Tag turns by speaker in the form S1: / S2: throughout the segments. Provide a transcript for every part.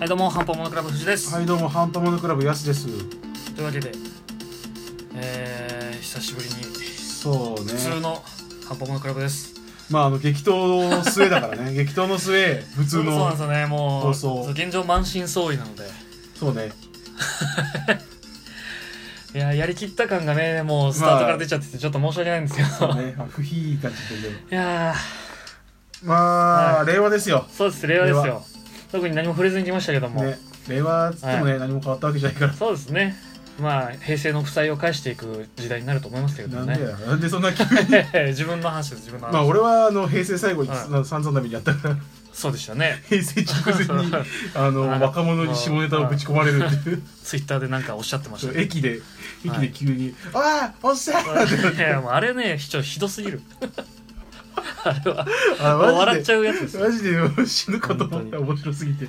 S1: はいどうもハンパモノクラブ藤です、
S2: はいどうもハンタモノクラブやすです
S1: というわけでえー、久しぶりに
S2: そうね
S1: 普通のハンパモノクラブです
S2: まああの激闘の末だから ね激闘の末普通
S1: そうなん
S2: の
S1: ですよねもう
S2: そうそう
S1: 現状満身創痍なので
S2: そうね
S1: いややりきった感がねもうスタートから出ちゃっててちょっと申し訳ないんですけ
S2: そ
S1: ど、
S2: うねあ不非感じ で
S1: いや
S2: まあ、
S1: は
S2: 令和ですよ
S1: ーそうです令和ですよ特に何も触れずに来ましたけども、
S2: ね令和っつってもね、
S1: は
S2: 何も変わったわけじゃないから
S1: そうですねまあ平成の負債を返していく時代になると思いますけれども
S2: なん
S1: ね
S2: でやなんでそんな急に
S1: 自分の話です自分の話、
S2: まあ俺はあの平成最後に
S1: はい
S2: 散々な目にあっ たから
S1: そうでしたね
S2: 平成 直前にあの
S1: はい
S2: 若者に下ネタをぶち込まれるっていう
S1: ツイッターでなんかおっしゃってまし
S2: そ
S1: た
S2: う
S1: けど
S2: 駅で駅
S1: は
S2: で
S1: い
S2: 急に「ああおっしゃー!」ってなっ
S1: い
S2: て
S1: やもうあれねちょっとひどすぎるあれは
S2: あ
S1: もう笑っち
S2: ゃ
S1: ゃうやつですよ
S2: マジで死ぬかと思っ
S1: 本
S2: た
S1: 当に
S2: 面白すぎて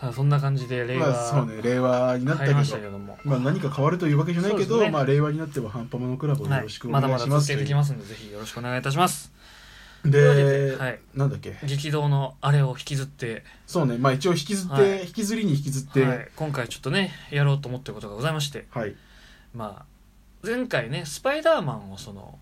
S1: さあそんな感じで令和、
S2: まあそうね令和になった
S1: 入り
S2: けど
S1: ま
S2: ま
S1: したけども
S2: あ何か変わるというわけじゃないけ
S1: そう
S2: ど、
S1: ですね
S2: まあ令和になっては半端ものクラブをよ
S1: は
S2: ろしくお
S1: まだ
S2: 願
S1: ま
S2: い
S1: だ
S2: しま
S1: 続
S2: すと
S1: け
S2: いう、
S1: ていきますのでぜひよろしくお願いいたしますというわけ
S2: で、
S1: で、はい、
S2: なんだっけ
S1: 激動のあれを引きずって、
S2: そうねまあ一応引きずって、
S1: はい
S2: 引きずりに引きずって
S1: は
S2: はい
S1: い、今回ちょっとねやろうと思ってることがございまして
S2: はい、
S1: まあ前回ねスパイダーマンをその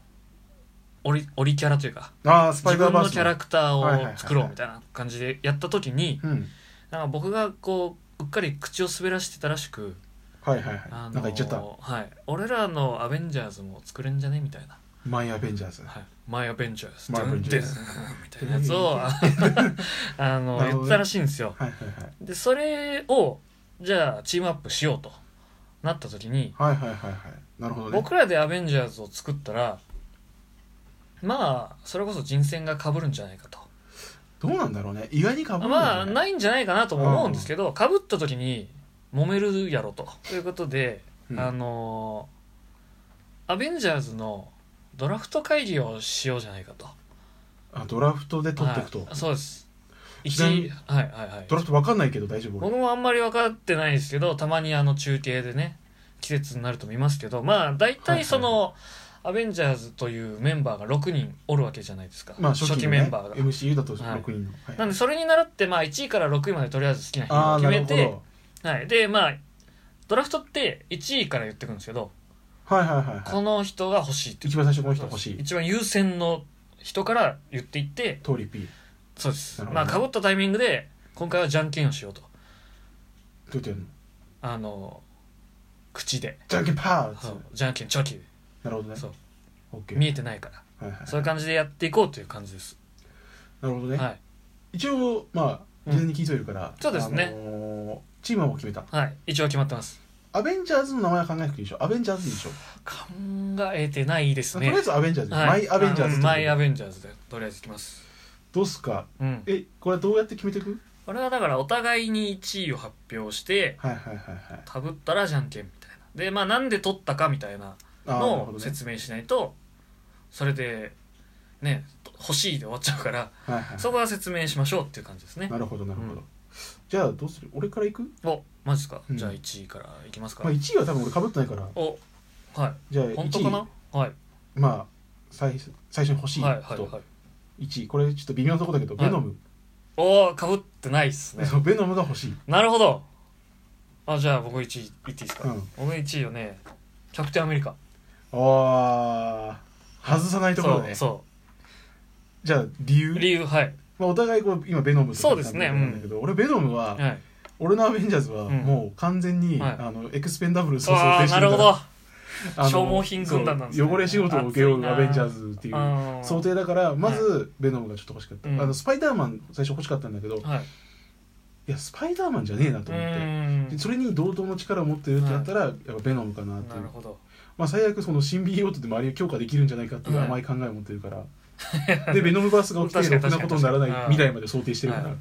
S1: 折り折りキャラというか
S2: ああスパ
S1: 自
S2: イダー
S1: 分
S2: バ
S1: の
S2: ース
S1: キャラクタ
S2: はいはいはいは
S1: ーを
S2: い
S1: 作ろうみたいな感じでやった時に
S2: うん
S1: なんか僕がこううっかり口を滑らしてたらしく
S2: はいはいはい、
S1: あのー
S2: なんか言っちゃった
S1: はい俺らのアベンジャーズも作れんじゃねみたいな、
S2: 「マイ・アベンジャーズ」
S1: はい、マイアベンジャーズ
S2: マイアベンジャーズ
S1: ドゥンドゥンみたいなやつ をあの
S2: なるほどね
S1: 言ったらしいんですよ
S2: はいはいはい
S1: でそれをじゃあチームアップしようとなった時に
S2: はいはいはいはいなるほどね
S1: 僕らでアベンジャーズを作ったらまあそれこそ人選が被るんじゃないかと
S2: どうなんだろうね意外にかぶるんだ
S1: ま
S2: よ
S1: あ
S2: ね、
S1: ないんじゃないかなとも思うんですけど被った時に揉めるやろとということで
S2: うん
S1: あのーアベンジャーズのドラフト会議をしようじゃないかと
S2: あドラフトで取っていくと、
S1: はいそうです
S2: ちなみ
S1: 一
S2: に
S1: はいはいはい
S2: ドラフト分かんないけど大丈夫
S1: 僕もあんまり分かってないですけどたまにあの中継でね季節になると見ますけどまあ大
S2: はいは
S1: 体
S2: い
S1: その、アベンジャーズというメンバーが6人おるわけじゃないですか、
S2: まあ初期,、ね、
S1: メンバーが、
S2: MCU だと6人の、はい
S1: なんでそれに倣ってまあ1位から6位までとりあえず好きな
S2: ああ
S1: 人を
S2: な
S1: 決
S2: る
S1: め
S2: ほ
S1: て
S2: ど
S1: はいでまあドラフトって1位から言ってくるんですけど
S2: はいはいはいは
S1: この人が欲しいっていう
S2: 一番最初この人欲しい
S1: 一番優先の人から言っていって
S2: い通り P
S1: そうです、
S2: なるほ
S1: ま
S2: ど
S1: あかぶったタイミングで今回はじゃんけんをしようと
S2: どうやってやるの
S1: あの口で
S2: じゃんけんパーっつ
S1: そうじゃんけんチョキ
S2: なるほどね
S1: そう
S2: オッケー
S1: 見えてないから
S2: はいはい
S1: そういう感じでやっていこうという感じです、
S2: なるほどね、
S1: はい、
S2: 一応まあ事前に聞いといるから、
S1: そうですね
S2: あのーチームはもう決めた
S1: はい、一応決まってます
S2: アベンジャーズの名前は考えなくていいでしょアベンジャーズでいいでしょ、
S1: 考えてないです
S2: とり
S1: ね
S2: あえずアベンジャーズ、
S1: はい
S2: マイアベンジャ
S1: うん
S2: ーズってこと
S1: マイアベンジャーズでとりあえずいきます
S2: どうすか
S1: うん
S2: えこれはどうやって決めていく
S1: これはだからお互いに1位を発表して
S2: はいはいはいはい
S1: かぶったらじゃんけんみたいなでまあなんで取ったかみたいな
S2: あーなる
S1: の
S2: ほ
S1: を
S2: どね
S1: 説明しないとそれでね欲しいで終わっちゃうから
S2: はいはい
S1: そこは説明しましょうっていう感じですね
S2: なるほどなるほど、
S1: うん
S2: じゃあどうする俺からいく、
S1: おマジですか、
S2: うん
S1: じゃあ1位からいきますか、
S2: まあ、1位は多分俺かぶってないから
S1: おはい
S2: じゃあ
S1: 本
S2: 1
S1: 当
S2: 位
S1: かなはい
S2: まあ最最初に欲しい人、
S1: はいはいはい
S2: 1位これちょっと微妙なとこだけど、
S1: はい
S2: ベノム
S1: おおかぶってないっすね
S2: そうベノムが欲しい
S1: なるほどあじゃあ僕1位いっていいですか、
S2: うん
S1: 僕1位はねキャプテンアメリカ
S2: ああ外さないところね
S1: そ
S2: じゃあ理
S1: う
S2: 由
S1: そう理由はい、
S2: まあ、お互いこう今ベノムとか
S1: そうですね
S2: なんだけど、俺ベノムは、
S1: はい、
S2: 俺のアベンジャーズは
S1: うん
S2: もう完全に、
S1: はい
S2: あのエクスペンダブルスを
S1: あ
S2: 想
S1: あ
S2: 定し
S1: な
S2: てる
S1: る
S2: か
S1: ほ
S2: ら
S1: ど
S2: あの
S1: 消耗品軍団なんですね
S2: そう汚れ仕事を受けよ
S1: 熱いうなー
S2: アベンジャーズっていう
S1: うん
S2: 想定だからまずベノムがちょっと欲しかった、
S1: うん
S2: あのスパイダーマン最初欲しかったんだけど、い
S1: はい
S2: やスパイダーマンじゃねえな
S1: う
S2: と思って、
S1: ー
S2: で
S1: ん
S2: それに同等の力を持ってるってやったら、やっぱベノムかなってい
S1: な
S2: う
S1: るほど
S2: まあ、最悪その新 BO で周りを強化できるんじゃないかっていう甘い考えを持ってる から、でベノムバースが起きて
S1: 確
S2: ろ
S1: か
S2: く
S1: に
S2: なことにならない
S1: 確かに
S2: 未来まで想定してるから、
S1: はい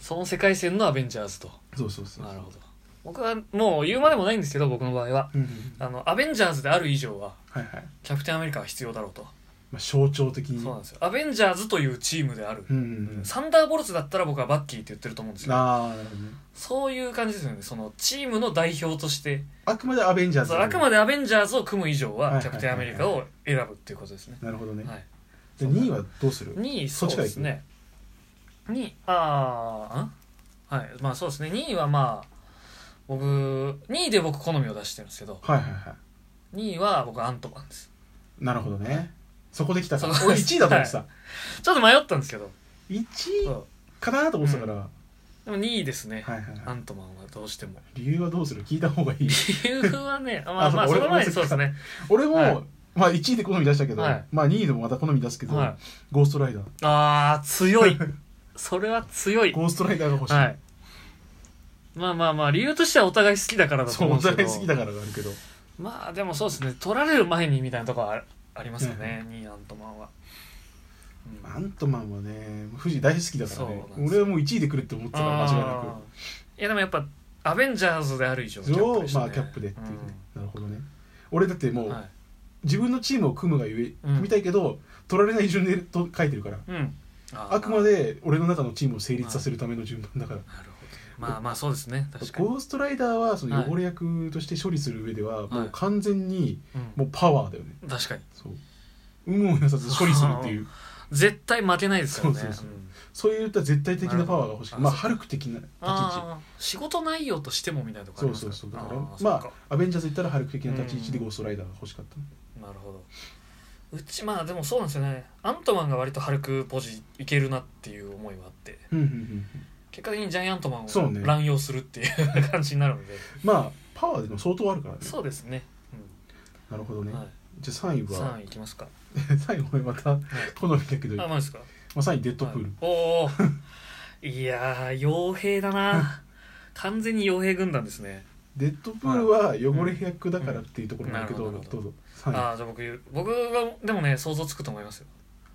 S1: その世界線のアベンジャーズと
S2: そうそうそう
S1: なるほど僕はもう言うまでもないんですけど僕の場合は
S2: うんうん
S1: あのアベンジャーズである以上は
S2: はいはい、
S1: キャプテンアメリカは必要だろうと、
S2: まあ、象徴的に
S1: そうなんですよアベンジャーズというチームである、
S2: うんうんうん
S1: サンダーボルツだったら僕はバッキーって言ってると思うんですよ
S2: ああなるほどね
S1: そういう感じですよねそのチームの代表として
S2: あくまでアベンジャーズ
S1: そうあくまでアベンジャーズを組む以上
S2: はい
S1: は
S2: はい
S1: キ
S2: は
S1: ャプ
S2: いはい
S1: テンアメリカを選ぶっていうことですね、
S2: なるほどね、
S1: はい、
S2: で2位はどうする
S1: 2位
S2: そ
S1: そ
S2: っ
S1: う
S2: ちか
S1: で
S2: ら行く
S1: すね2位あーんはいまあそうですね2位はまあ僕2位で僕好みを出してるんですけど
S2: はいはいは
S1: 2位は僕アントマンです
S2: いなるほどねそこで来たから
S1: そこ
S2: 俺
S1: です
S2: 1位だと思ってた、
S1: ちょっと迷ったんですけど
S2: 1位
S1: そ
S2: かなと思ってたから、は
S1: うでも2位ですね、
S2: いはい
S1: ア
S2: はい
S1: ントマンはどうしても
S2: 理由はどうする聞いた方がいい
S1: 理由はねまあ
S2: あそう
S1: まあそ
S2: 俺
S1: の前に
S2: 俺
S1: そうですね
S2: 俺も、
S1: はい
S2: まあ1位で好み出したけど、
S1: はい
S2: まあ2位でもまた好み出すけど、
S1: は
S2: ゴーストライダー
S1: いああ強い それは強い
S2: ゴーストライダーが欲しい、
S1: はいまあまあまあ理由としてはお互い好きだからだと
S2: そう
S1: 思う
S2: お
S1: んですけど
S2: 互い好きだからがあるけど
S1: まあでもそうですね取られる前にみたいなとこはあありますよね、ニーアントマンは、うん
S2: アントマンはね富士大好きだか
S1: そ
S2: らね
S1: うなんです
S2: 俺はもう1位で来るって思ってたから間違いなく
S1: あーいやでもやっぱアベンジャーズである以上
S2: それを
S1: でし
S2: ま
S1: た
S2: あ
S1: ね
S2: キャップでっていうね、なるほどね俺だってもう、
S1: うんはい
S2: 自分のチームを組むがゆえ
S1: うん
S2: 組みたいけど、取られない順でと書いてるから
S1: うんあー
S2: あくまで俺の中のチームを成立させるための順番だから、
S1: なるほどまあまあそうですね確かに、
S2: ゴーストライダーはそ
S1: は
S2: の
S1: い
S2: 汚れ役として処理する上ではも
S1: はいう
S2: 完全に
S1: うん
S2: もうパワーだよね
S1: 確かに
S2: そう有無を言わさず処理するっ ていう
S1: 絶対負けないですからね
S2: そうそうそうんそういった絶対的なパワーが欲しい
S1: なるほど
S2: まあ
S1: あ
S2: ハルク的な立ち位置
S1: あー仕事内容としてもみたいなとこあ
S2: そ
S1: り
S2: う
S1: ます
S2: そ
S1: か
S2: うそうだから
S1: あー
S2: ま
S1: そっ
S2: あアベンジャーズ行ったらハルク的な立ち位置で
S1: うん
S2: ゴーストライダーが欲しかったの
S1: なるほどうちまあでもそうなんですよねアントマンが割とハルクポジいけるなっていう思いはあって
S2: うんうんうん
S1: 結果的にジャイアントマン
S2: そうね
S1: を乱用するっていう 感じになるので
S2: まあパワーでも相当あるからね
S1: そうですね、
S2: なるほど
S1: う
S2: ね
S1: んはい、
S2: じゃあ3位は
S1: 3位いきますか、
S2: 3位これまた好みだけど
S1: あ
S2: ま
S1: マジですか
S2: あ3位デッドプール
S1: おおーいやー傭兵だな完全に傭兵軍団ですね
S2: デッドプールは汚れ役だからっていうところなんだけど
S1: うんうん
S2: どうぞ
S1: あ
S2: 3位
S1: あーじゃあ僕言う僕がでもね想像つくと思いますよ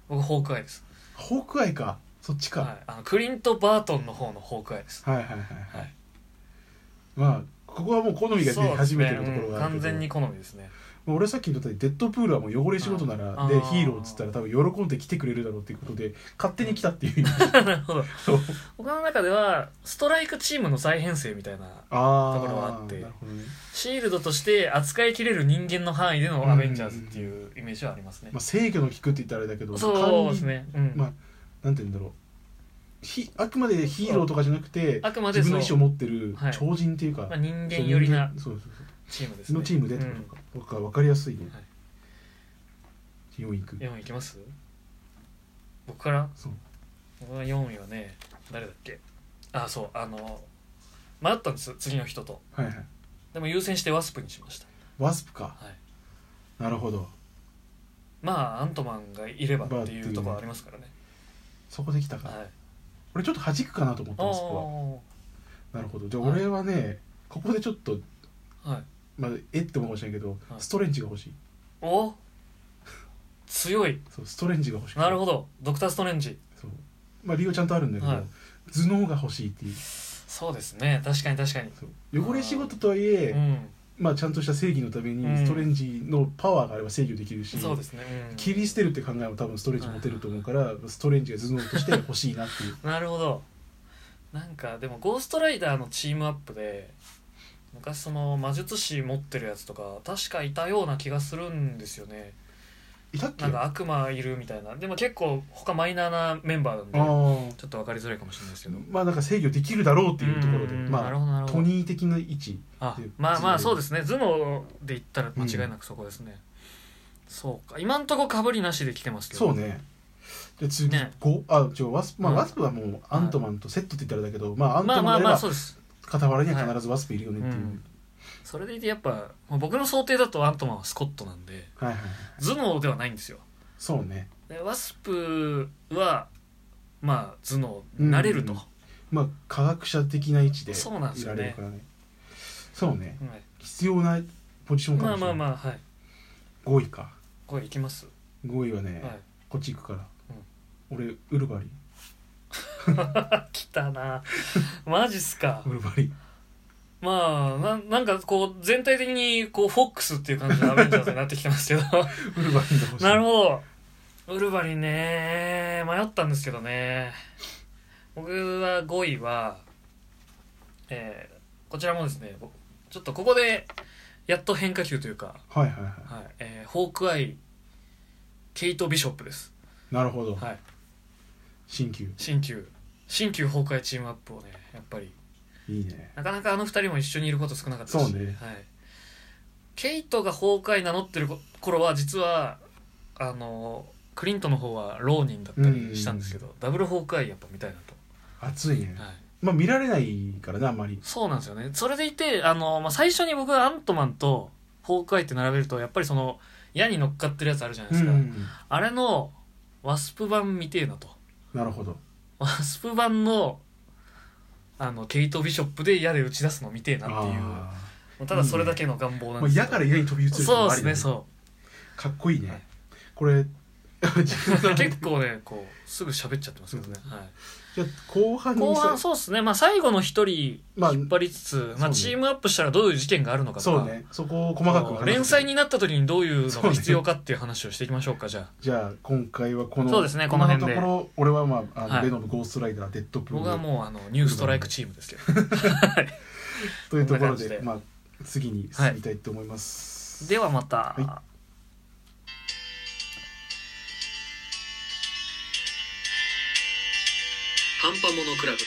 S1: 僕ホークアイです、
S2: ホークアイかそっち
S1: は
S2: か
S1: い、あのクリント・バートンの方のホークアイです
S2: はいはいはいは
S1: はいい
S2: まあここはもう好みが
S1: そう
S2: 出
S1: です
S2: 始
S1: ね
S2: めてるところがあ
S1: うん完
S2: るけ
S1: 全に
S2: ど
S1: 好みですね
S2: まあ俺さっき言ったデッドプールはもう汚れ仕事な
S1: う
S2: ら
S1: ん
S2: で
S1: あー
S2: ヒーローっつったら多分喜んで来てくれるだろうってい うことで勝手に来たっていう意味
S1: なるほど
S2: そう
S1: 僕の中ではストライクチームの再編成みたいな
S2: あー
S1: ところはあって
S2: なるほどね
S1: シールドとして扱いきれる人間の範囲でのアベンジャーズっていうイメージはありますね
S2: まあ、制御の効くって言ったらあれだけど
S1: そうですね、うん
S2: まあなんて言うんだろうひあくまでヒーローとかじゃなくて
S1: あくま
S2: 自
S1: でそ
S2: 分
S1: の
S2: の意思を持ってる
S1: はい
S2: 超人っていうか、
S1: まあ、人間寄りな
S2: そうそうそう
S1: チームです
S2: そ
S1: ね
S2: のチームでってことか、分かりやすいね、
S1: はい
S2: 4位いく
S1: うん、4位いきます僕から
S2: そう
S1: 僕の4位はね誰だっけあそうあの迷ったんです次の人と
S2: はいはい
S1: でも優先してワスプにしました
S2: ワスプか
S1: はい
S2: なるほど
S1: まあアントマンがいればっていうところはありますからね
S2: そこできたか、
S1: はい
S2: 俺ちょっと弾くかなと思ったワスプは
S1: お
S2: なるほどじゃあ
S1: はい
S2: 俺はね、ここでちょっと、
S1: ーはい
S2: まあ、えって思うかもしれないけど、
S1: はい
S2: ストレンジが欲しい
S1: お強い
S2: そうストレンジが欲しい
S1: なるほどドクター・ストレンジ
S2: そうまあ理由はちゃんとあるんだけど、
S1: はい
S2: 頭脳が欲しいっていう
S1: そうですね確かに確かに
S2: そう汚れ仕事とはいえ、
S1: うん
S2: まあ、ちゃんとした正義のために
S1: うん
S2: ストレンジのパワーがあれば制御できるし、
S1: そうですね、うん、
S2: 切り捨てるって考えも多分ストレンジ持てると思うからストレンジが頭脳として欲しいなって いう
S1: なるほどなんかでもゴーストライダーのチームアップで昔その魔術師持ってるやつとか確かいたような気がするんですよね
S2: いたっけ
S1: なんか悪魔いるみたいなでも結構他マイナーなメンバーなんで
S2: あー
S1: ちょっと分かりづらいかもしれないですけど
S2: まあなんか制御できるだろうっていうところで、
S1: うんなる
S2: ま
S1: ほどな
S2: あ
S1: る
S2: ト
S1: ほど
S2: ニー的な位置
S1: あ
S2: で
S1: まあまあ
S2: 頭
S1: そ
S2: 脳
S1: うですね頭脳で言ったら間違いなくそこですね、そうか今んとこかぶりなしで来てますけど
S2: そうねで次、
S1: ね
S2: 五あ違うワスプまあ
S1: うん
S2: ワスプはもうアントマンとセットって言ったらだけど、まあアント
S1: まあま
S2: マ
S1: あ
S2: ンで
S1: まあ
S2: は
S1: そうです
S2: 傍らには必ずワスプいるよねっていう、
S1: うんそれでいてやっぱまあ僕の想定だとアントマンはスコットなんで
S2: はいはいはい
S1: 頭脳ではないんですよ
S2: そうね
S1: でワスプはまあ頭脳になれると、
S2: うんまあ科学者的な位置でい
S1: そうなんですよ
S2: ら
S1: ね
S2: れるからねそうね
S1: はい
S2: 必要なポジションか
S1: ま
S2: も
S1: あ
S2: し
S1: まあ
S2: れない、
S1: まあはい
S2: 5位か
S1: これいきます、
S2: 5位はね、
S1: はい
S2: こっち行くから、俺ウルバリン
S1: 来たな マジっすか
S2: ウルバリン
S1: まあなんなんかこう全体的にこうフォックスっていう感じのアベンジャーズになってきてますけど
S2: ウルバリンが欲しい
S1: なるほどウルヴァリンね迷ったんですけどね僕は5位はえーこちらもですね僕ちょっとここでやっと変化球というか
S2: はいはいはい
S1: はいえーホークアイケイト・ビショップです、
S2: なるほど、
S1: はい、
S2: 新旧
S1: 新旧新旧崩壊チームアップをねやっぱり
S2: いいね
S1: なかなかあの二人も一緒にいること少なかったし
S2: そうね
S1: はい、ケイトが崩壊名乗ってるこ頃は実はあのクリントの方は浪人だったりしたんですけど、ダブル崩壊やっぱ見たいな
S2: 熱いね
S1: と、はい、
S2: まあ見られないからねあんまり
S1: そうなんですよねそれでいてあの、まあ、最初に僕はアントマンと崩壊って並べるとやっぱりその矢に乗っかってるやつあるじゃないで
S2: う
S1: す
S2: ん
S1: か、
S2: うん
S1: あれのワスプ版見てえなと
S2: なるほど
S1: ワスプ版のあのケイト・ビショップで矢で打ち出すの見てえなっていうも
S2: あ
S1: うただそれだけの願望
S2: ー
S1: なん
S2: ま
S1: で
S2: あ
S1: す
S2: 嫌から嫌に飛び移るっていの
S1: そう
S2: も
S1: で
S2: あり
S1: す
S2: だ
S1: ねそ
S2: かっこいい
S1: はい
S2: ねこれ
S1: う 結構ねこうすぐ喋っちゃってますけどね、はい、
S2: じゃあ後半に
S1: 後半そうですね、まあ、最後の一人
S2: まあ
S1: 引っ張りつつ、ま
S2: そう
S1: あ、
S2: ね
S1: チームアップしたらどういう事件があるのかとか
S2: そうねそこを細かく話して
S1: 連載になった時にどういうのが必要かっていう話をしていきましょうかじゃあ
S2: じゃあ今回はこの
S1: そうですねこの辺で
S2: ところ俺はまああの、
S1: はい
S2: レノのゴーストライダーデッドプール
S1: 僕はもうあのニューストライクチームですけど
S2: というとこ
S1: こんな感
S2: ろ
S1: じ
S2: で
S1: で
S2: まあ次に進みたいと思います、
S1: ではまた、
S2: は
S1: 半端ものクラブ